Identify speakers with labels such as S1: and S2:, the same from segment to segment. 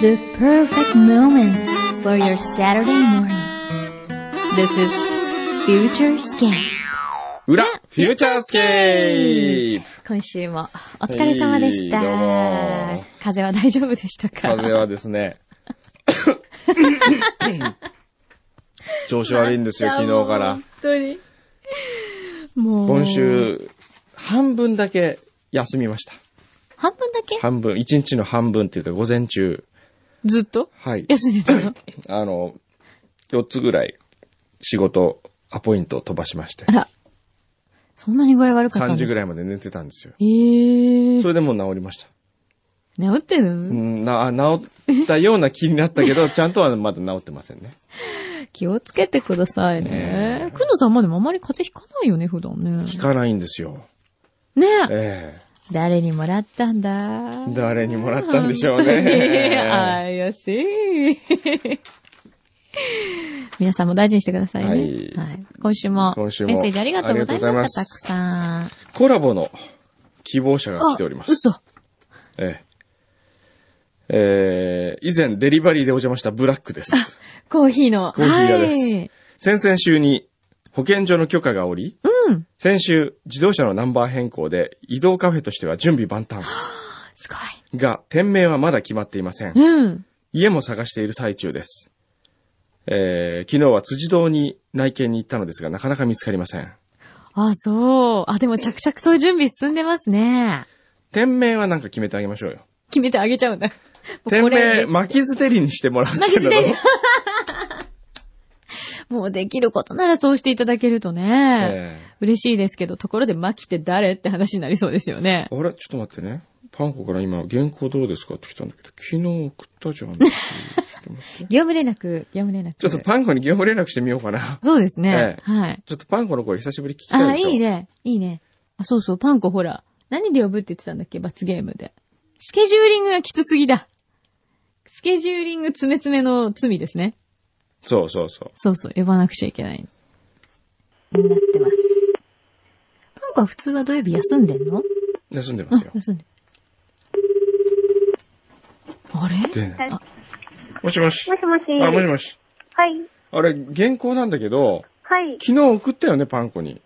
S1: The perfect moments for your Saturday morning. This is Future Scan.
S2: 裏、フューチャースケープ
S1: 今週もお疲れ様でした。
S2: はいどうも
S1: 風邪は大丈夫でしたか
S2: 風はです ね、調子悪いんですよ、昨日から
S1: 本。当に。もう。
S2: 今。週、半分だけ休みました。
S1: 半分だけ
S2: 半分、一日の半分っていうか午前中、
S1: ずっと
S2: はい、
S1: 休んでた の
S2: あの、4つぐらい仕事、アポイントを飛ばしまして
S1: あ、ら。そんなに具合悪かった
S2: 3
S1: ん
S2: 時
S1: です
S2: ぐ
S1: から
S2: いまで寝てたんですよ。
S1: い。えー。
S2: それでもう治りました。
S1: 治ってる
S2: う
S1: の
S2: ん、な、治ったような気になったけど、ちゃんとはまだ治ってませんね。
S1: 気をつけてくださいね。くのさんまでもあまり風邪ひかないよね、普段ね。
S2: 聞かないんですよ。
S1: ねえ。
S2: ええ
S1: 誰にもらったんだ。
S2: 誰にもらったんでしょうね。
S1: あやしい。皆さんも大事にしてくださいね。は
S2: はいい。
S1: 今週も
S2: 今週も
S1: メッセージありがとうございました。
S2: ありがとうございま
S1: たく
S2: す
S1: さん。
S2: コラボの希望者が来ております。
S1: 嘘。
S2: ええええ以前デリバリーでお邪魔したブラックです。
S1: コーヒーの。
S2: コーヒー屋です
S1: はい。
S2: 先々週に保健所の許可がおり、
S1: うん。
S2: 先週自動車のナンバー変更で移動カフェとしては準備万端
S1: すごい。
S2: が店名はまだ決まっていません。
S1: うん。
S2: 家も探している最中です。えー、昨日は辻堂に内見に行ったのですが、なかなか見つかりません。
S1: あ、そう。あ、でも着々と準備進んでますね。
S2: 店名はなんか決めてあげましょうよ。
S1: 決めてあげちゃうんだ。もう
S2: 店
S1: これ
S2: 名、巻き捨てりにしてもらってるの
S1: 巻き捨 もうできることならそうしていただけるとね。
S2: え
S1: 嬉しいですけど、ところでマキって誰って話になりそうですよね
S2: え。あれちょっと待ってね。パンコから今、原稿どうですかって来たんだけど、昨日送ったじゃん。 ちょっと待って
S1: 業務連絡、業務連絡。
S2: ちょっとパンコに業務連絡してみようかな。
S1: そうですね。
S2: ええ
S1: はい。
S2: ちょっとパンコの声久しぶりに聞き
S1: あ
S2: た
S1: あ、
S2: いでしょ。
S1: いいね。いいね。あ、そうそう、パンコほら。何で呼ぶって言ってたんだっけ罰ゲームで。スケジューリングがきつすぎだ。スケジューリング詰め詰めの罪ですね。
S2: そうそうそう。
S1: そうそう、呼ばなくちゃいけない。なってます。パンコは普通は土曜日休んでんの
S2: 休んでます
S1: あ
S2: よ、。
S1: 休んで。あれ
S2: で
S3: はい
S1: あ、
S2: もしもし。
S3: もしもし。
S2: あ、もしもし。
S3: はい。
S2: あれ、原稿なんだけど、
S3: はい。
S2: 昨日送ったよね、パンコに。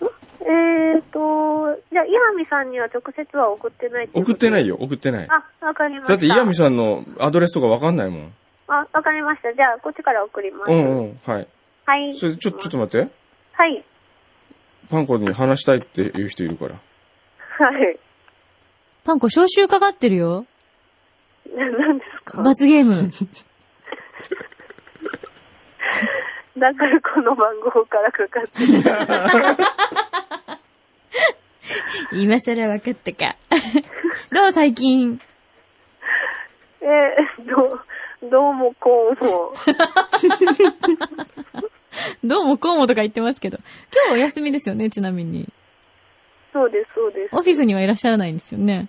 S3: えーと、じゃあ、岩見さんには直接は送ってない
S2: 送ってない
S3: よ。
S2: よ、送ってない。
S3: あ、わかりました。
S2: だって、岩見さんのアドレスとかわかんないもん。
S3: あ、わかりました。じゃあ、こっちから送ります。
S2: うんうん、はい。
S3: はい。
S2: それでちょ、ちょっと待って。
S3: はい。
S2: パンコに話したいっていう人いるから。
S3: はい。
S1: パンコ招集かかってるよ。
S3: ななんですか
S1: 罰ゲーム。
S3: だからこの番号からか かってる。
S1: 今更分かったか。 どう最近。
S3: えー、どう、どうもこうも。
S1: どうもこうもとか言ってますけど。今日お休みですよね、ちなみに。
S3: そうです、そうです。
S1: オフィスにはいらっしゃらないんですよね。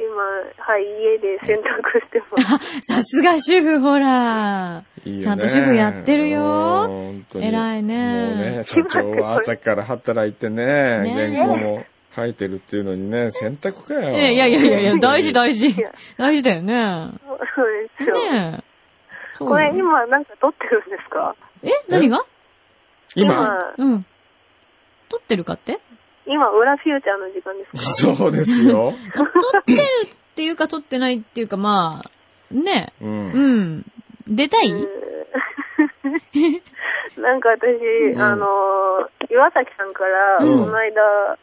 S3: 今、はい、家で洗濯してます。
S1: さすが主婦、ほら。
S2: いいよね
S1: ちゃんと主婦やってるよ
S2: うん本当に
S1: 偉いね
S2: もうね、社長は朝から働いてね、
S1: ね
S2: 原稿も書いてるっていうのにね、選択か
S1: い
S2: よ。
S1: やいやいやいやい や、大事大事
S3: いや。
S1: 大事だよね。
S3: そうですよ。
S1: ねえ。そう
S3: こ
S1: だ
S3: れ
S1: よ
S3: 今なんか撮ってるんですか
S1: え何が
S2: 今
S1: うん。撮ってるかって
S3: 今、裏フューチャーの時間ですか
S2: そうですよ。
S1: 撮ってるっていうか撮ってないっていうか、まあ、ね
S2: う
S1: え。
S2: ん。
S1: うん。出たい
S3: なんか私、
S2: ん
S3: あの、岩崎さんから、こ
S2: うん
S3: の間、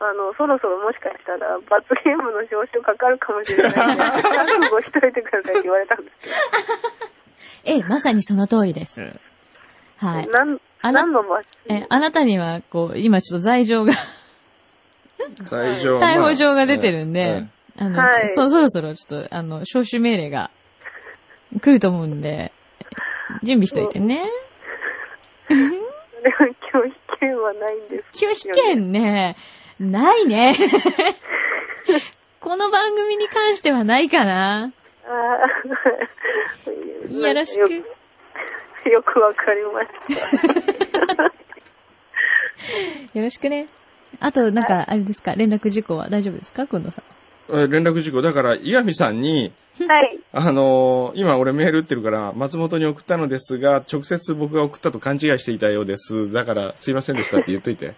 S3: あの、そろそろもしかしたら、罰ゲームの招集かかるかもしれ ないんで、覚悟しといてくださいって言われたんですけ
S1: ええ、まさにその通りです。はい
S3: ど、。なん、
S1: あな
S3: 何の罰
S1: え、あなたには、こう、今ちょっと罪状が、
S2: 最上はまあ
S1: 逮捕状が出てるん
S2: う
S1: で、あの、
S3: はい
S1: そ、そろそろちょっと、あの、招集命令が来ると思うんで、準備しといてね。
S3: それは拒否権はないんです。
S1: 拒否権ね、ない ね。この番組に関してはないかな。
S3: あー
S1: よろし
S3: よ
S1: く。
S3: よくわかりました。
S1: よろしくね。あと、なんか、あれですか連絡事項は大丈夫ですかくんのさん。
S2: えー連絡事項。だから、岩見さんに、
S3: はい。
S2: あのー今俺メール打ってるから、松本に送ったのですが、直接僕が送ったと勘違いしていたようです。だから、すいませんでしたって言っと いて。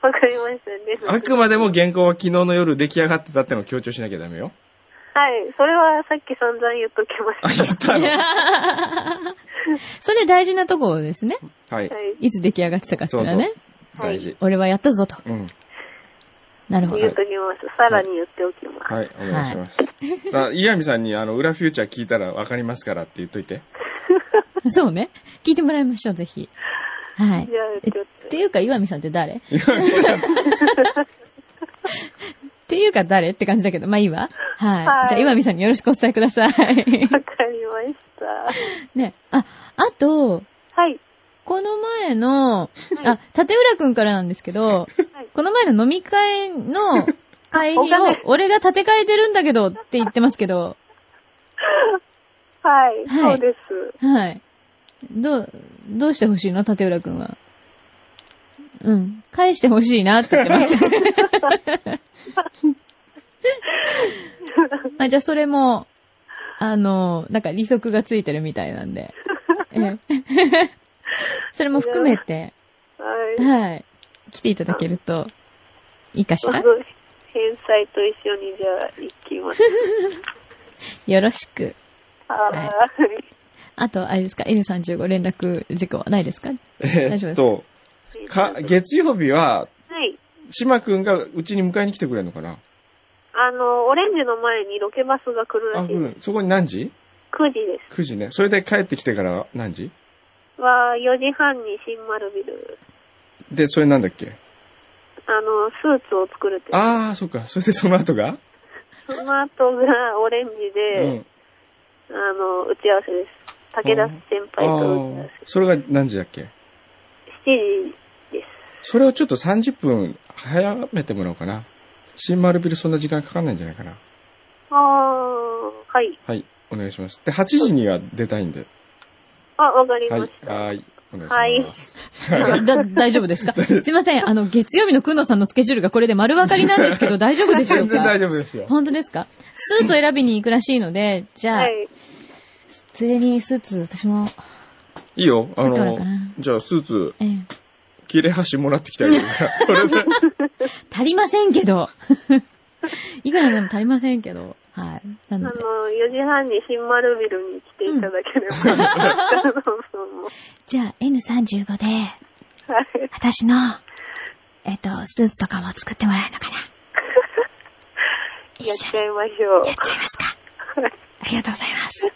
S3: わかりました。です。
S2: あくまでも原稿は昨日の夜出来上がってたってのを強調しなきゃダメよ。
S3: はい。それはさっき散々言っときま
S2: あ、
S3: し
S2: 言ったの
S1: それ大事なとこですね。
S2: はい
S3: た。。はい。
S1: いつ出来上がってたかっていうのはね。
S2: 大事。
S1: 俺はやったぞと。
S2: うん。
S1: なるほ
S3: 言
S1: ど
S3: っ。ときます。さらに言っておきます。
S2: はい、お願いします。だから岩見さんに、あの、裏フューチャー聞いたらわかりますからって言っといて。
S1: そうね。聞いてもらいましょう、ぜひ。はい
S3: じ。ゃあ、ちょっと
S1: っ。ていうか、岩見 さんって誰っていうか誰って感じだけど、まあいいわ。はい。
S3: はい
S1: じゃあ、岩見さんによろしくお伝えください。
S3: わかりました。
S1: ね。あ、あと、
S3: はい。
S1: この前の、
S3: は
S1: あ、立浦くんからなんですけど、
S3: はい
S1: この前の飲み会の会議を
S3: お金、
S1: 俺が立て替えてるんだけどって言ってますけど、
S3: はい。
S1: は
S3: そ
S1: いう
S3: です。
S1: はい。どう、どうしてほしいの立浦くんは。うん。返してほしいなって言ってます。あ、じゃあそれも、あの、なんか利息がついてるみたいなんで。ええそれも含めて、
S3: はい。
S1: はい。来ていただけると、いいかし
S3: ま
S1: ら
S3: ず、返済と一緒にじゃあ、行きます。
S1: よろしく。
S3: はい。
S1: あと、あれですか ?N35 連絡事項はないですか
S2: え
S1: 大丈夫
S2: ー
S1: で
S2: っ
S1: す
S2: と、か
S3: は、い。
S2: 月曜日は、島くんがうちに迎えに来てくれるのかな
S3: あの、オレンジの前にロケバスが来るら
S2: あ、
S3: し
S2: う
S3: いです。
S2: ん。そこに何時
S3: 9時で
S2: ?9 時ね。それで帰ってきてから何時
S3: す。は、4時半に新丸ビル、
S2: で、それなんだっけ
S3: あの、スーツを作るって。
S2: ああ、そっか。それでその後が
S3: その後がオレンジ
S2: う
S3: で、
S2: ん。
S3: あの、打ち合わせです。武田先輩
S2: ああ
S3: と打ち合わ
S2: ー、それが何時だっけ
S3: せ。7時です。
S2: それをちょっと30分早めてもらおうかな。新丸ビルそんな時間かかんないんじゃないかな。
S3: ああ、はい。
S2: はい、お願いします。で、8時には出たいんで。
S3: あ、わかりま
S2: はい
S3: し、た。
S2: はーい、お願いしま す。
S1: だ、 大丈夫ですかすいません。あの、月曜日のくんのさんのスケジュールがこれで 丸分かりなんですけど、大丈夫でしょ
S2: 全
S1: う
S2: 然
S1: か
S2: 大丈夫ですよ。
S1: 本当ですかスーツを選びに行くらしいので、じゃあ、
S3: はい。
S1: ついでにスーツ、私も、
S2: いいよ、あ
S1: どうなの
S2: の
S1: かな、
S2: じゃあスーツ、
S1: ええ、
S2: 切れ端もらってきてあげる から、それで。
S1: 足りませんけど。 いくらでも足りませんけど。はい。な
S3: あの
S1: ので。、
S3: 4時半に新丸ビルに来ていただければ、
S1: じゃあ、N35 で、
S3: はい。
S1: 私の、えっと、スーツとかも作ってもらえるのかな
S3: やっち ゃいましょう
S1: やっ。ちゃいますか。ありがとうございます。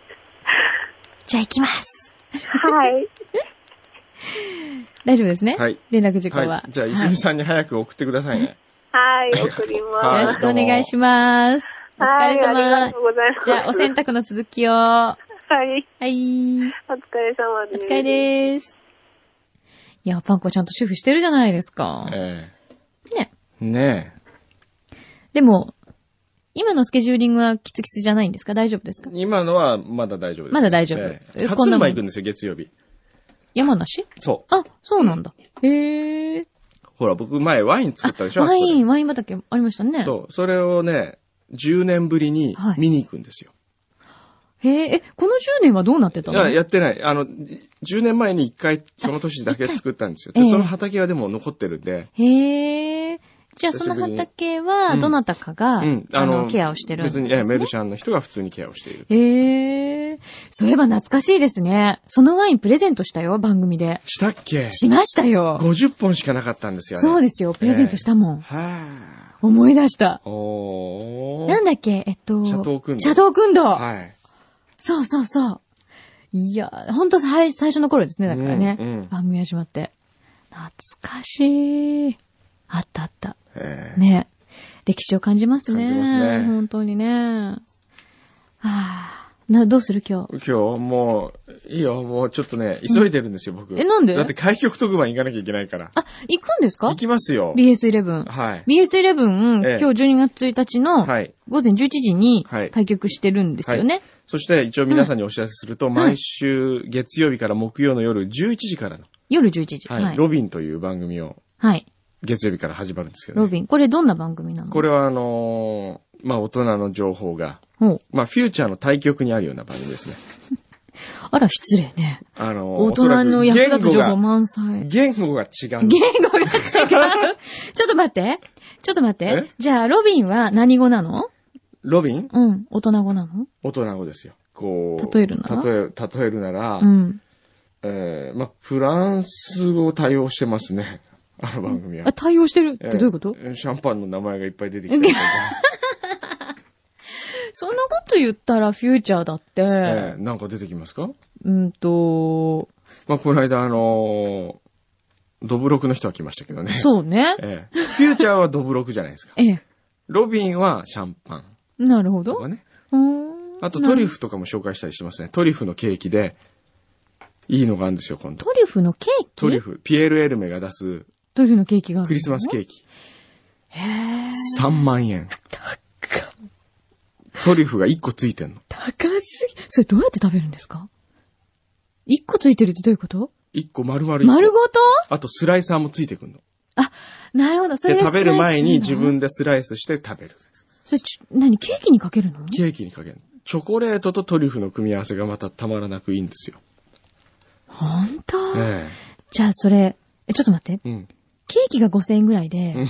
S1: じゃあ行きます。
S3: はい。
S1: 大丈夫ですね。
S2: はい。
S1: 連絡事項は。
S2: はい。じゃあ、石見さんに早く送ってくださいね。
S3: はい、送り
S1: はいよ
S3: ま
S1: ろ
S3: す
S1: し。くお願いします。お疲
S3: は
S1: れ
S3: い、あり
S1: 様
S3: がと。うございます。
S1: じゃあ、お洗濯の続きを。は
S3: はい、
S1: い。
S3: お疲れ様
S1: お
S3: です。
S1: 疲れです。いや、パンコちゃんと主婦してるじゃないですか。
S2: え
S1: ね。
S2: え。ね
S1: でも、今のスケジューリングはキツキツじゃないんですか大丈夫です
S2: え
S1: か。
S2: 今のはまだ大丈夫です。
S1: まだ大丈夫
S2: え
S1: え
S2: え
S1: こん
S2: 初
S1: なもん
S2: 馬行くんですよ、月曜日。
S1: 山梨
S2: そう。
S1: あ、そうなんだ。へえ。
S2: ほら、僕前ワイン作ったでしょ
S1: ワイ
S2: ン。
S1: ン、ワイン畑ありましたね。
S2: そう。それをね、10年ぶりに
S1: はい
S2: 見に行くんですよ。
S1: へえ、え、この10年はどうなってた
S2: い
S1: の
S2: や、やってない。あの、10年前に1回、その年だけ作ったんですよ。
S1: ええ
S2: で、その畑はでも残ってるんで、
S1: へえ。じゃあ、そ
S2: 久しぶ
S1: の
S2: りに
S1: 畑は、どなたかが、
S2: うん
S1: あの、ケアをしてるんです、
S2: 別
S1: ね。
S2: に、ええ、メルシャンの人が普通にケアをしている。
S1: へえ。そういえば懐かしいですね。そのワインプレゼントしたよ、番組で。
S2: したっけ
S1: しましたよ。
S2: 50本しかなかったんですよね。
S1: そう
S2: で
S1: ですよ、プレゼントしたもん。
S2: はあ。
S1: 思い出した。
S2: おー。
S1: なんだっけ、えっと、
S2: シャトークンド
S1: シャトークンド
S2: はい。
S1: そうそうそう。いや、ほんと最最初の頃ですね、だからね。
S2: うんうん
S1: 番組始まって。懐かしい。あったあった。
S2: ええ
S1: ね。歴史を感じますね。
S2: 感じますね
S1: 本当にね。ああ。な、どうする今日。
S2: 今日、もう、いいよ、もうちょっとね、急いでるんですよ、僕。
S1: えなんで
S2: だって開局特番行かなきゃいけないから。
S1: あ、行くんですか
S2: 行きますよ。
S1: ?BS11。
S2: はい。
S1: BS11、
S2: ええ
S1: 今日12月1日の
S2: はい
S1: 午前11時に
S2: はい
S1: 開局してるんですよね。
S2: そして、一応皆さんにお知らせすると、
S1: ん
S2: 毎週月曜日から木曜の夜11時からの、
S1: 夜11時。
S2: はい、
S1: はい。
S2: ロビンという番組を
S1: はい。
S2: 月曜日から始まるんですけど、
S1: ロ
S2: ね、
S1: ビン。これどんな番組なの
S2: これはあのーまあ大人の情報が、
S1: ほう。
S2: まあフューチャーの対極にあるような番組ですね。
S1: あら、失礼ね。
S2: あの、
S1: 大人の役立つ情報
S2: も。
S1: 満載。
S2: 言語が違うんで
S1: 言語 が違う。ちょっと待って。ちょっと待って
S2: え。
S1: じゃあ、ロビンは何語なの
S2: ロビン
S1: うん。大人語なの
S2: 大人語ですよ。こう。
S1: 例えるなら
S2: 例え、例えるなら、
S1: うん。
S2: えー、まあフランス語を対応してますね。あの番組は
S1: あ、。対応してるって
S2: え
S1: どういうこと、
S2: えーシャンパンの名前がいっぱい出てきたり とか、
S1: そんなこと言ったらフューチャーだって、
S2: えーなんか出てきますか
S1: うんと、
S2: まあ、この間、あのードブロクの人は来ましたけどね。
S1: そうね。
S2: ええフューチャーはドブロクじゃないですか。
S1: ええ。
S2: ロビンはシャンパン
S1: なるほ
S2: と
S1: ど
S2: か。ね。
S1: うーん
S2: あとトリュフとかも紹介したりしてますね。トリュフのケーキで、いいのがあるんですよ、今度。
S1: トリュフのケーキ
S2: トリュフ。ピエール・エルメが出す
S1: トリュフのケーキがあるの。
S2: クリスマスケ
S1: ーキ。
S2: ーキ。3万円。トリュフが1個ついてんの。
S1: 高すぎ。それどうやって食べるんですか一個ついてるってどういうこと
S2: 1個丸々一個
S1: 丸ごと
S2: あとスライサーもついてくんの。
S1: なるほど。それ
S2: で、
S1: が
S2: 食べる前に自
S1: スライスなの。
S2: 分でスライスして食べる。
S1: それちょ、何ケーキにかけるの
S2: ケーキにかける。チョコレートとトリュフの組み合わせがまたたまらなくいいんですよ。
S1: 本当、
S2: え
S1: じゃあそれ、え、ちょっと待って。
S2: え。うん。
S1: ケーキが5000円ぐらいで、
S2: うん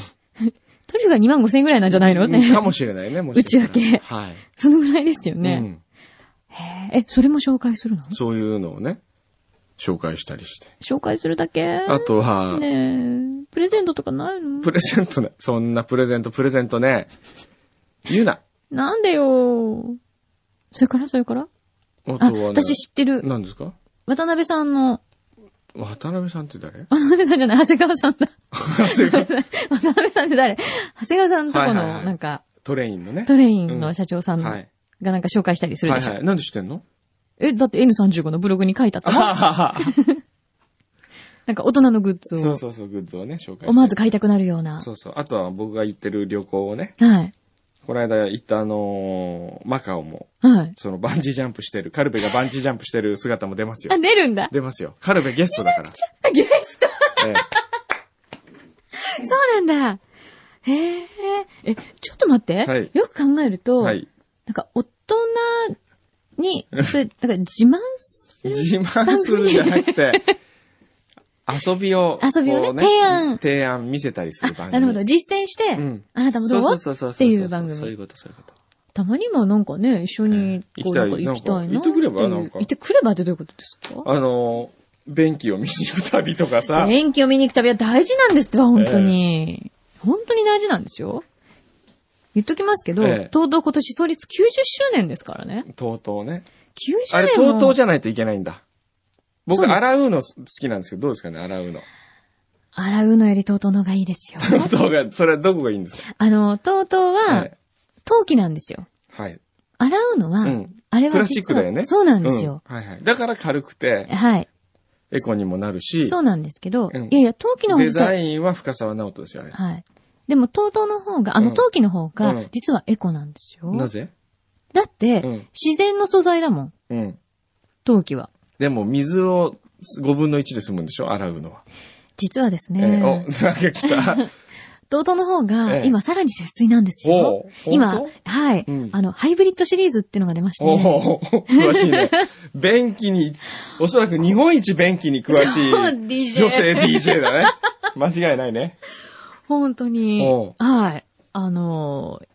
S1: トリュフが2万5000円ぐらいなんじゃないのね。
S2: かもしれないね、もしかしたら
S1: 内訳
S2: はい。
S1: そのぐらいですよね。
S2: うん
S1: へーえ、それも紹介するの
S2: そういうのをね、紹介したりして。
S1: 紹介するだけ
S2: あとは、
S1: ねえ、プレゼントとかないの
S2: プレゼントね。そんなプレゼント、プレゼントね。言うな。
S1: なんでよそれからそれから
S2: あとは
S1: あ、
S2: ね、
S1: 私知ってる。
S2: 何ですか
S1: 渡辺さんの、
S2: 渡辺さんって誰
S1: 渡辺さんじゃない、長谷川さんだ。
S2: それが
S1: 渡辺さんって誰長谷川さんとこ
S2: はいはいは
S1: の、
S2: い
S1: なんか、
S2: トレインのね。
S1: トレインの社長さん
S2: はい。
S1: がなんか紹介したりする
S2: はい
S1: でしょ。
S2: はい。なんで知ってんの
S1: え、だって N35 のブログに書いてあったもんなんか大人のグッズ
S2: そ
S1: を
S2: うそうそう、グッズをね、紹介して
S1: 思わず買いたくなるような。
S2: そうそう。あとは僕が行ってる旅行をね、
S1: はい。
S2: この間行ったあのーマカオも、
S1: はい。
S2: そのバンジージャンプしてる、カルベがバンジージャンプしてる姿も出ます
S1: あ、
S2: よ。
S1: 出るんだ。
S2: 出ますよ。カルベゲストだから。
S1: ゲスト
S2: ええ
S1: そうなんだ。へえ。え、ちょっと待って。
S2: はい
S1: よく考えると、
S2: はい。
S1: なんか大人に、それ、なんか自慢する
S2: 自慢するんじゃなくて、遊びを、
S1: 遊びをね
S2: こう
S1: 提案
S2: 提案見せたりする番
S1: あ、な
S2: 組。
S1: るほど。実践して、
S2: うん
S1: あなたもどう
S2: そうそうそうそうそう
S1: っていう番
S2: そういう
S1: 組。
S2: こと、そういうこと。
S1: たまにもなんかね、一緒に
S2: ええ
S1: こう、なんか行きたいな
S2: 行きたいなんか行ってくれば
S1: いう
S2: なんか
S1: 行ってくればってどういうことですか
S2: あのー、便器を見に行く旅とかさ、
S1: 演技を見に行く旅は大事なんですってば、本当に。本当に大事なんですよ。言っときますけど、
S2: ええ
S1: とうとう今年創立90周年ですからね。
S2: とうとうね。あ
S1: 90
S2: れ、
S1: 年
S2: と
S1: も
S2: うとうじゃないといけないんだ。僕、
S1: そうです
S2: 洗うの好きなんですけど、どうですかね、洗うの。
S1: 洗うのよりとうとうの方がいいです よ。
S2: とうとうが、それ はどこがいいんですか
S1: あの、とうとう
S2: は、
S1: はい陶器なんですよ。
S2: はい。
S1: 洗うのは、
S2: うん
S1: あれは実は
S2: プラスチックだよね
S1: そうなんですよ。
S2: うんはいはい。だから軽くて、
S1: はい。
S2: エコにもなるし、
S1: そうなんですけど、
S2: うん
S1: いやいや、陶器の方が
S2: デ
S1: 実は
S2: ザ、インは深沢直人ですよ、あれ。
S1: はい。でも、とうとうの方が、あ
S2: う
S1: の、
S2: ん
S1: 陶器の方が、
S2: うん
S1: 実はエコなんですよ。
S2: なぜ
S1: だって、
S2: うん
S1: 自然の素材だもん、
S2: うん。
S1: 陶器は。
S2: でも、水を5分の1で済むんでしょ洗うのは。
S1: 実はです
S2: ええお、
S1: ね、
S2: なんか来 た。
S1: とうとうの方が、
S2: ええ
S1: 今、さらに節水なんですよ。
S2: おう
S1: 今
S2: 本、
S1: はい、
S2: うん
S1: あの、ハイブリッドシリーズっていうのが出まして、
S2: おお詳しいね。便器に、おそらく日本一便器に詳 しい
S1: そう DJ
S2: 女性 DJ だね。間違いない ね。
S1: 本当に
S2: お、
S1: はい。あのー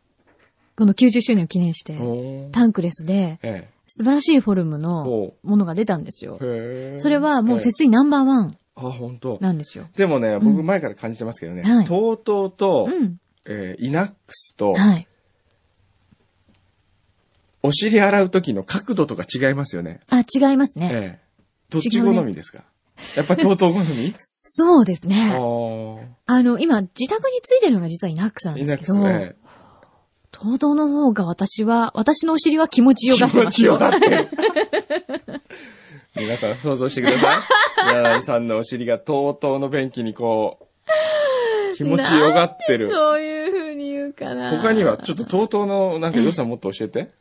S1: この90周年を記念して、
S2: おー
S1: タンクレスで、
S2: え
S1: 素晴らしいフォルム
S2: え
S1: の
S2: お
S1: ものが出たんですよ。
S2: へえ
S1: それはもう節
S2: え
S1: 水ナンバーワン
S2: えあ、本当。
S1: なんですよ。
S2: でもね、
S1: ん
S2: 僕前から感じてますけどね
S1: はい、
S2: とうとうと
S1: う、ん。
S2: えーイナックスと、
S1: はい。
S2: お尻洗う時の角度とか違いますよね。
S1: あ、違いますね。
S2: ええ。どっち好みですか、やっぱりとうと う好み
S1: そうです
S2: あ
S1: ね。
S2: あ。
S1: あの、今、自宅についてるのが実はイナックスなん
S2: い
S1: です
S2: な
S1: け
S2: く
S1: ど
S2: す、ね。
S1: とうとうの方が私は、私のお尻は気持ちよ
S2: 気
S1: がって
S2: 持
S1: ます
S2: ちよ
S1: よ。
S2: かったよ。皆さん想像してください。柳井さんのお尻がとうとうの便器にこう、気持ちよがってる。
S1: そういう風に言うかな。
S2: 他には、ちょっととうとうのなんか良さもっと教えて。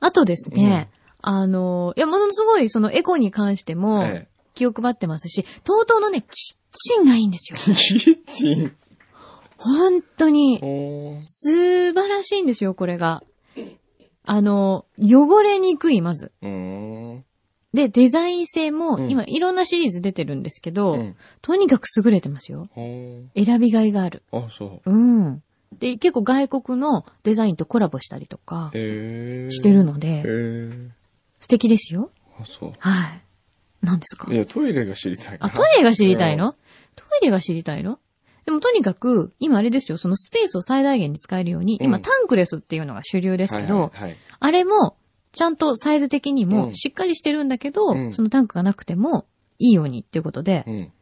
S1: あとですね、あの、いや、ものすごい、その、エコに関しても
S2: ええ、
S1: 気を配ってますし、とうとうのね、キッチンがいいんですよ。
S2: キッチン。
S1: 本当に、
S2: おー
S1: 素晴らしいんですよ、これが。あの、汚れにくい、まず。
S2: うーん。
S1: で、デザイン性も、
S2: うん
S1: 今いろんなシリーズ出てるんですけど、
S2: うん
S1: とにかく優れてますよ。
S2: ほー
S1: 選びがいがある。
S2: あ、そう。
S1: うん。で、結構外国のデザインとコラボしたりとか
S2: へえ。
S1: してるので、
S2: へえ。
S1: 素敵ですよ。
S2: あ、そ
S1: はい。何ですか
S2: う。いや、トイレが知りたいな。
S1: あ、トイレが知りたいのトイレが知りたいのでもとにかく、今あれですよ、そのスペースを最大限に使えるように、
S2: う
S1: 今
S2: ん
S1: タンクレスっていうのが主流ですけど、
S2: はいはいはい
S1: あれも、ちゃんとサイズ的に
S2: う
S1: も
S2: ん
S1: しっかりしてるんだけど、
S2: うん
S1: そのタンクがなくてもいいようにっていうことで、
S2: うん。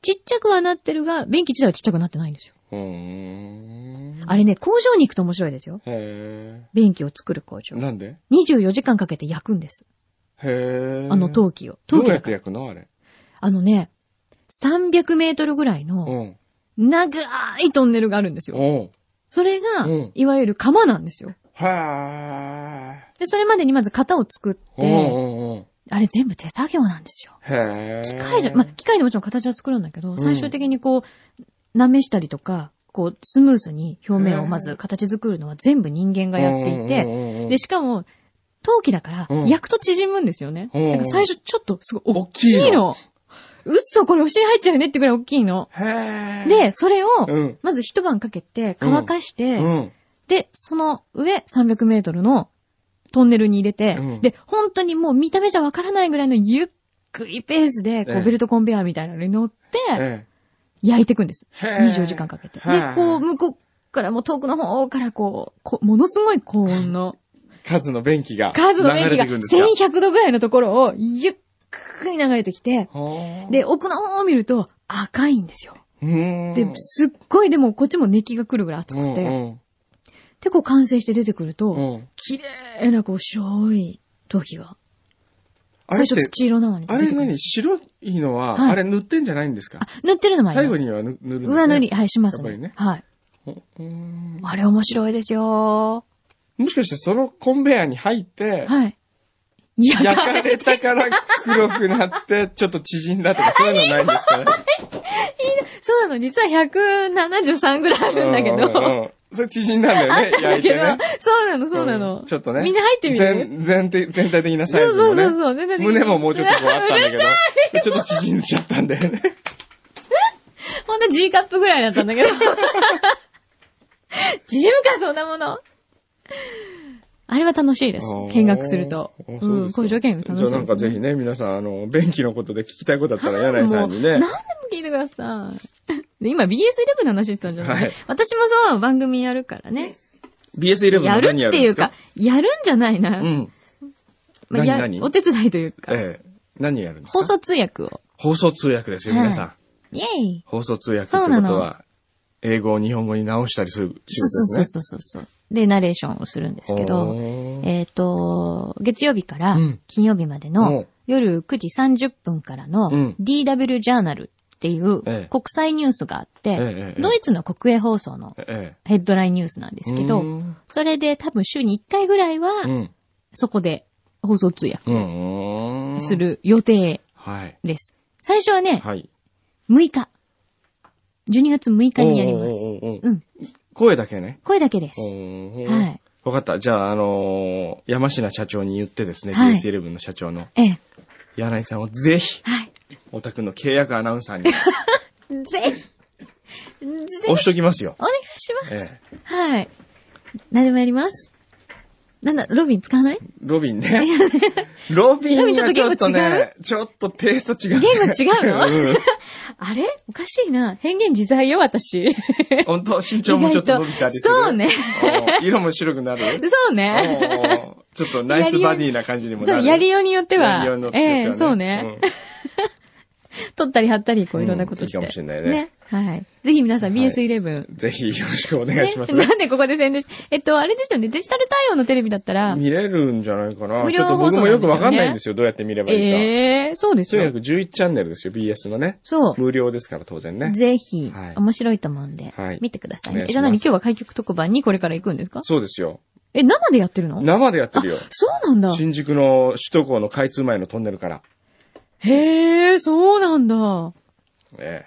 S1: ちっちゃくはなってるが、便器自体はちっちゃくなってないんですよ。
S2: うーん。
S1: あれね、工場に行くと面白いですよ。
S2: へ
S1: 便器を作る工場
S2: え。。なんで
S1: 24時間かけて焼くんです。
S2: へえ。
S1: あの陶器を。
S2: ど
S1: 陶器
S2: うや
S1: だ
S2: って
S1: から。
S2: 焼くのあれ。
S1: あのね、300メートルぐらいの
S2: うん。
S1: 長いトンネルがあるんですよ。
S2: おう。
S1: それが
S2: うん、
S1: いわゆる釜なんですよ。
S2: はあ。
S1: で、それまでにまず型を作っ
S2: うん
S1: て、
S2: うんうん。
S1: あれ全部手作業なんですよ。
S2: へえ。
S1: 機械じゃ、まあ、機械でもちろん形は作るんだけど、最終的にこう、舐めしたりとか、こう、スムースに表面をまず形作るのは全部人間がやっていて、
S2: て
S1: で、しかも、陶器だから
S2: う、ん
S1: 焼くと縮むんですよね。
S2: うん
S1: だから最初ちょっとすごい
S2: 大
S1: 大
S2: きい
S1: き
S2: の
S1: いの。嘘、これお尻入っちゃうよねってくらい大きいの。
S2: へえ。
S1: で、、それを、
S2: うん。
S1: まず一晩かけて乾かして、
S2: うん。
S1: で、その上300メートルのトンネルに入れて、
S2: うん
S1: で、本当にもう見た目じゃわからないぐらいのゆっくりペースで、こ
S2: ええ
S1: うベルトコンベアみたいなのに乗って、
S2: え
S1: 焼いていくんです。
S2: えへえ
S1: 24時間かけて。で
S2: はあ、
S1: こう、向こうからもう遠くの方からこう、こものすごい高温の、
S2: 数の便器が。
S1: 数の便器が
S2: 流れていくんですか
S1: 1100度ぐらいのところをゆっくり流れてきて、
S2: ほう、
S1: で、奥の方を見ると赤いんですよ。
S2: うーん、
S1: で、すっごいでもこっちも熱気が来るぐらい熱く
S2: う
S1: て、
S2: ん
S1: で、こう完成して出てくると、
S2: うんうん
S1: 綺麗なこう白い陶器が。
S2: あ
S1: 最
S2: れって
S1: 初土色なのに
S2: あ
S1: 出
S2: れ
S1: てくるんで
S2: 何
S1: す。
S2: 白いのは、
S1: はい
S2: あれ塗ってんじゃないんですか
S1: あ、塗ってるのもあります。
S2: 最後には塗塗るんですね
S1: 上塗り、。はい、します
S2: やっぱ
S1: ね。
S2: りね
S1: はい。
S2: ほうーん
S1: あれ面白いですよ
S2: もしかしてそのコンベヤーに入って、
S1: はい。焼
S2: 焼
S1: か
S2: か
S1: れ
S2: れたから黒くなって、ちょっと縮んだとかそういうのないんですかね。
S1: そうなの、実は173ぐらいあるんだけ
S2: うう
S1: ど。
S2: んうんそれ縮んだんだよね。
S1: だ
S2: 焼い
S1: け
S2: て
S1: ど
S2: ね。、
S1: そうなの、そうなの
S2: ん。ちょっとね。
S1: みんな入ってみる
S2: 全全体全体的なサ
S1: そ
S2: イ
S1: う
S2: ズ
S1: そう
S2: もね。
S1: そうそう。全体的に
S2: 胸ももうちょっとこうあったんだけ
S1: うるさ
S2: ど、ちょっと縮んじゃったんだよね。
S1: いほんと G カップぐらいだったんだけど。 縮むか、そんなもの。あれは楽しいです。見学すると。
S2: あーあ
S1: う
S2: そ
S1: ん、
S2: ですか
S1: 工場見学楽しいです、ね。
S2: じゃあなんかぜひね、皆さん、あの、便器のことで聞きたいことだったら、柳井さん
S1: も
S2: に
S1: う
S2: ね
S1: 何で。も聞いてください。で 今 BS11 の話してたんじゃない、
S2: はい
S1: 私もそう、番組やるからね。
S2: BS11 の
S1: やるっ
S2: 何やる
S1: て
S2: ん
S1: い
S2: で
S1: う
S2: すか
S1: か、やるんじゃないな。
S2: うん。
S1: まあや
S2: 何々
S1: お手伝いというか、
S2: ええ。何やるんですか
S1: 放送通訳を。
S2: 放送通訳ですよ、
S1: はい
S2: 皆さん。
S1: イェイ
S2: 放送通訳ってこ
S1: そうな
S2: と
S1: の
S2: は、英語を日本語に直したりする仕
S1: そうそう
S2: 事です
S1: そ
S2: ね。
S1: うそうそう。で、ナレーションをするんですけ
S2: お
S1: ど、
S2: ー
S1: えっ、と、月曜日から
S2: うん
S1: 金曜日まで
S2: お
S1: の夜9時30分からの
S2: うん
S1: DW ジャーナルっていう
S2: ええ
S1: 国際ニュースがあっ
S2: えええ
S1: て、
S2: え
S1: ドイツの国営放送の
S2: え
S1: ヘッドラインニュースなんで
S2: え。
S1: すけど、
S2: うん。
S1: それで多分週に1回ぐらい
S2: うん
S1: は、そこで放送通訳
S2: うん。うん
S1: す。る予定
S2: はい。
S1: です。最初はね、
S2: はい。
S1: 6日。12月6日にやります。
S2: おーおーおーおー
S1: うん。
S2: 声だけね。
S1: 声だけです。は。
S2: はいわかった。じゃあ、あのー山科社長に言ってですね、
S1: はい
S2: BS11 の社長の
S1: ええ。
S2: 柳井さんをぜひ、
S1: はい。
S2: お宅の契約アナウンサーに
S1: ぜひ、ぜひ、
S2: 押しときま すよ。
S1: お願いします。
S2: ええ、
S1: はい。何でもやります。なんだ、ロビン使わない
S2: ロビ ンね。ロビン
S1: ロビンちょっ
S2: が
S1: と
S2: ちょっとね
S1: 言、
S2: ちょっとテイスト違う。
S1: 言語違うの
S2: うん
S1: あれおかしいな。変幻自在よ、 私。
S2: 本当、身長もちょっと伸びたりする。
S1: 意外とそうね
S2: お。色も白くなる。
S1: そうね。
S2: おちょっとナイスバディな感じにもな
S1: そう、
S2: る。
S1: やりようによっては
S2: やりようによっ、てはね
S1: ええ、そうね。。取ったり貼ったり、こういろんなことして。
S2: うんいいかもしれないね
S1: はい。ぜひ皆さん
S2: はい
S1: BS11。
S2: うんぜひよろしくお願いします
S1: ね、。 なんでここで宣伝し、えっと、あれですよね、デジタル対応のテレビだったら、
S2: 見れるんじゃないかな。
S1: 無
S2: ちょ
S1: 料
S2: っと
S1: 放
S2: 僕
S1: 送なんですよ
S2: も
S1: ね
S2: よくわかんないんですよ。どうやって見ればいいか。
S1: ええそうです
S2: とにか
S1: よ
S2: く。11チャンネルですよ、BS のね。
S1: そ
S2: 無料ですから、当然
S1: う。
S2: ね。
S1: ぜひ、
S2: はい
S1: 面白いと思うんで、
S2: はい
S1: 見てください
S2: お願
S1: ね。え、
S2: いします
S1: じゃあ何今日は開局特番にこれから行くんですか
S2: そうですよ。
S1: え、生でやってるの
S2: 生でやってるよ
S1: あ。そうなんだ。
S2: 新宿の首都高の開通前のトンネルから。
S1: へえ、そうなんだ。
S2: え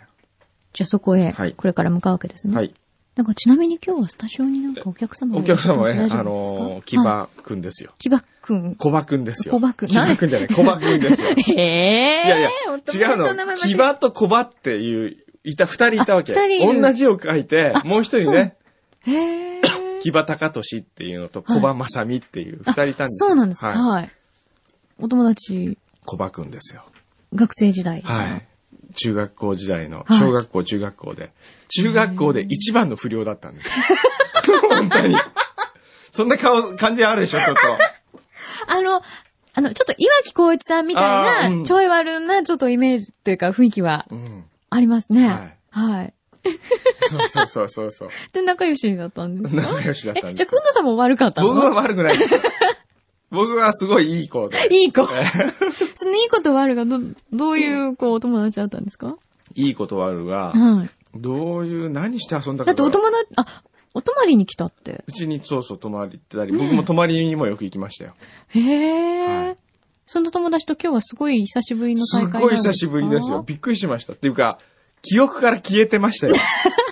S1: じゃあそこへ、
S2: はい
S1: これから向かうわけです
S2: え
S1: ね。
S2: はい。
S1: なんかちなみに今日はスタジオになんかお客様が
S2: お
S1: いらっ
S2: 客
S1: しゃいます
S2: 様ね、あ
S1: 大丈夫ですか
S2: のー、木
S1: はい
S2: 場くんですよ。
S1: 木場くん。
S2: 小場くんですよ。
S1: 小場くん
S2: 木場くんじゃない、小場くんですよ。
S1: ええ
S2: いやいや、
S1: お友
S2: 違う
S1: 達名
S2: の。
S1: 前
S2: 木
S1: 間違え
S2: 場と小場っていう、いた、二人いたわけ。
S1: あ二人いる
S2: 同じを書いて、もう一人ね、
S1: へえ。
S2: 木場隆俊っていうのと
S1: はい
S2: 小場正美っていう二人いたんですよ
S1: そうなんですか。
S2: はい。
S1: はい。お友達、
S2: 小場くんですよ。
S1: 学生時代。
S2: はい。中学校時代の、
S1: はい
S2: 小学校、中学校で。中学校で一番の不良だったんですよ。 本当に。そんな顔、感じあるでしょ、ちょっと。
S1: あの、あの、ちょっと岩木光一さんみた
S2: あ
S1: い
S2: ーう
S1: な、
S2: ん
S1: ちょい悪な、ちょっとイメージというか雰囲気は
S2: うん。
S1: ありますね。
S2: はい
S1: はい。
S2: そうそうそうそうそう。
S1: で、仲良しだったんですか
S2: 仲良しだっ た
S1: え、
S2: ん
S1: じ
S2: で
S1: ゃあ、
S2: す
S1: く
S2: よ
S1: んのさんも悪かったの
S2: 僕は悪くないです。僕はすごいいい子で。
S1: いい子。 そのいい子と悪がど、どういう、こう、お友達だったんですか
S2: いいことはあるが、
S1: はい。
S2: どういう、何して遊んだ
S1: だ
S2: か
S1: ってお
S2: が。
S1: 友達、あ、お泊まりに来たって。
S2: うちにそうそう泊まり行ってたり、
S1: ね
S2: 僕も泊まりにもよく行きましたよ。
S1: へえ、
S2: はい
S1: その友達と今日はすごい久しぶりの再
S2: す
S1: 会
S2: っ
S1: なん
S2: ごい久しぶりですよ。。びっくりしました。っていうか、記憶から消えてま したよ。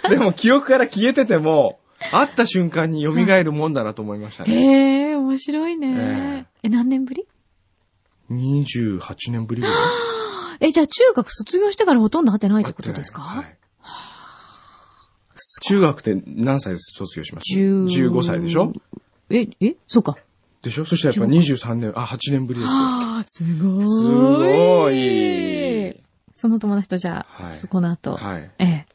S2: でも記憶から消えてても、会った瞬間に蘇るもんだなと思いましたね。
S1: へえ、面白いね。え、何年ぶり
S2: 28年ぶりぐらい。
S1: え、じゃあ中学卒業してからほとんど会ってないっ
S2: 会
S1: て
S2: っ
S1: こ
S2: て
S1: と
S2: ない
S1: ですか、
S2: はい中学って何歳で卒業します
S1: 十
S2: ?15 歳でしょ
S1: え、え、そうか。
S2: でしょそしたらやっぱ23年、あ、8年ぶりですよ。
S1: はあ、すごい。
S2: すごい。
S1: その友達とじゃあ、
S2: はい
S1: ちょっとこの後、
S2: はい。
S1: ええ、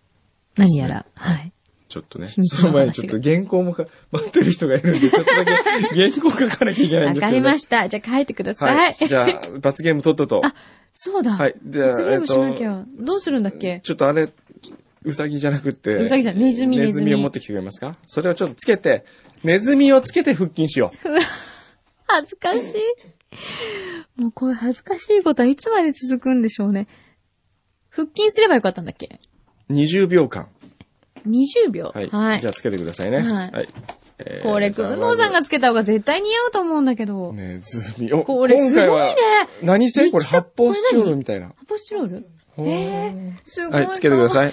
S1: 何やら、はい。
S2: ちょっ とね。
S1: 秘密の話
S2: その前にちょっと原稿もか待ってる人がいるんで、ちょっとだけ 原稿書かなきゃいけないん
S1: わ
S2: ですけど、ね。
S1: かりました。じゃあ書いてください。
S2: はい。じゃあ、罰ゲームとっとと。
S1: あそうだ。
S2: はい。じゃあ、
S1: 罰ゲームしなき
S2: えっ
S1: ゃ。どうするんだっ
S2: と
S1: け
S2: ちょっとあれ、うさぎじゃなくって。
S1: うさぎじゃないネズミ
S2: ネズ
S1: ネズミ
S2: ミを持ってきてくれますかそれをちょっとつけて、ネズミをつけて腹筋しよう。
S1: 恥ずかしい。もうこういう恥ずかしいことはいつまで続くんでしょうね。腹筋すればよかったんだっけ
S2: 20秒間。
S1: ?20 秒。
S2: はい。
S1: はい
S2: じゃあ、つけてくださいね。
S1: はい
S2: えー
S1: これ、くんのさんがつけた方が絶対似合うと思うんだけど。
S2: ネズミを。
S1: これすごいね
S2: 今回は何せこれ
S1: めっちゃ
S2: 発泡スチロールみたいな。
S1: アポスチロール
S2: ほー
S1: えー、すごい。
S2: はい、つけてくだ
S1: い。
S2: さい。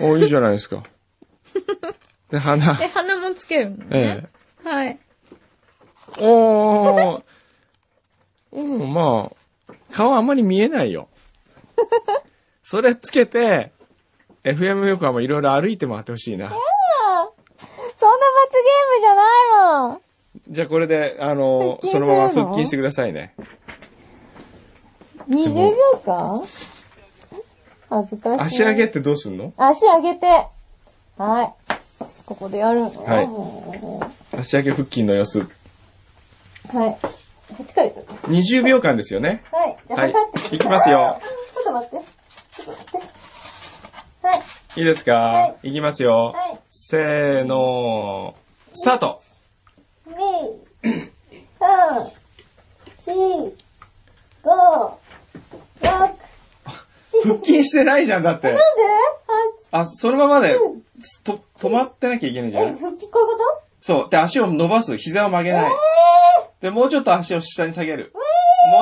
S2: お、いいじゃないですか。で、鼻。
S1: で、鼻もつけるのね
S2: え。
S1: はい。
S2: え。おー。うん、まあ、顔あんまり見えな いよ。それつけて、FM 横浜いろいろ歩いて回ってほしいな。
S1: そんな罰ゲームじゃないもん。
S2: じゃあこれで、あの
S1: 腹、筋す
S2: そ
S1: る
S2: の
S1: の
S2: まま腹筋してくださいね。
S1: 20
S2: も
S1: 秒間恥ずかしい。
S2: 足上げってどうすんの
S1: 足上げて。はい。ここでやるの
S2: はい
S1: も
S2: 足上げ腹筋の様子。
S1: うはい。こっちからやっとく
S2: 20秒間ですよね。
S1: はい。じゃあ、
S2: はい
S1: 測って。
S2: いきますよ。
S1: ちょっと待って。ちょっと待って。
S2: いいですか、、
S1: はい
S2: きますよ。
S1: はい
S2: せーのー、スタート
S1: はい。2、3、4、5、6、なんで
S2: 腹筋してないじゃん、だって。あ、そのままで、と、止まってなきゃいけないじゃ
S1: ?8、え、
S2: ん。
S1: 復帰こういうこ
S2: そう。で、足を伸ばす。膝を曲げない。で、もうちょっと足を下に下げる。も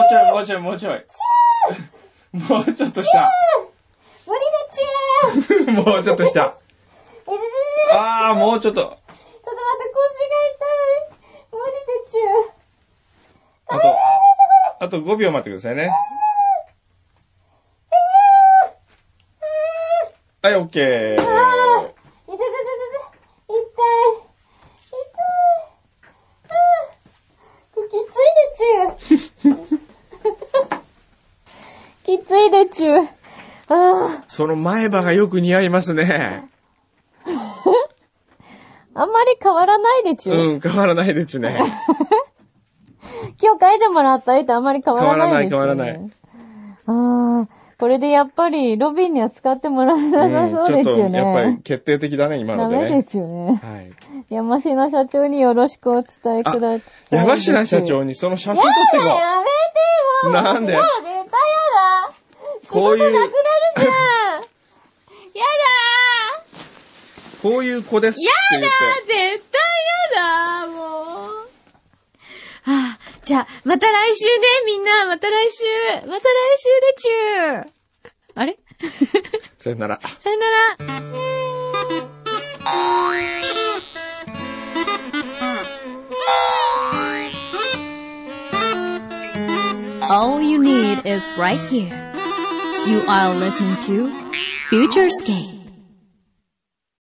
S2: うちょい、もうちょい、もうちょい。もうちょっと下。
S1: と無理でちゅー
S2: もうちょっと下。
S1: えー
S2: あー、もうちょっと。
S1: ちょっと待って、腰が痛い。無理でちゅー。
S2: あと、あと5秒待ってくださいね。はい、オッケー。
S1: 痛い痛い痛い痛い痛い痛いあーきついでちゅきついでちゅあ
S2: その前歯がよく似合いますね。
S1: ーあんまり変わらないでちゅ、
S2: うん、変わらないですね。
S1: 今日書いてもらった絵とあんまり変わらないでちゅ
S2: 変わらない変わ
S1: あーこれでやっぱりロビンには使ってもらえ
S2: う、
S1: なんさ
S2: ち
S1: そ
S2: ょ
S1: うで
S2: っと
S1: すよね。
S2: やっぱり決定的だね、今
S1: ダ
S2: ので
S1: メ
S2: ね
S1: で。すよね。
S2: はい。
S1: 山科社長によろしくお伝えください。
S2: 山科社長にその写真撮ってこ
S1: やめて
S2: う。なんで
S1: 絶対やだ
S2: こういう、
S1: なるじゃんや
S2: こういう子ですって言って。
S1: だー絶対やだーもう。ああ、じゃあ、また来週ね、みんな、また来週、また来週でちゅー。あれ
S2: さよなら。
S1: さよなら。 all you need is right here. You are listening to Futurescape.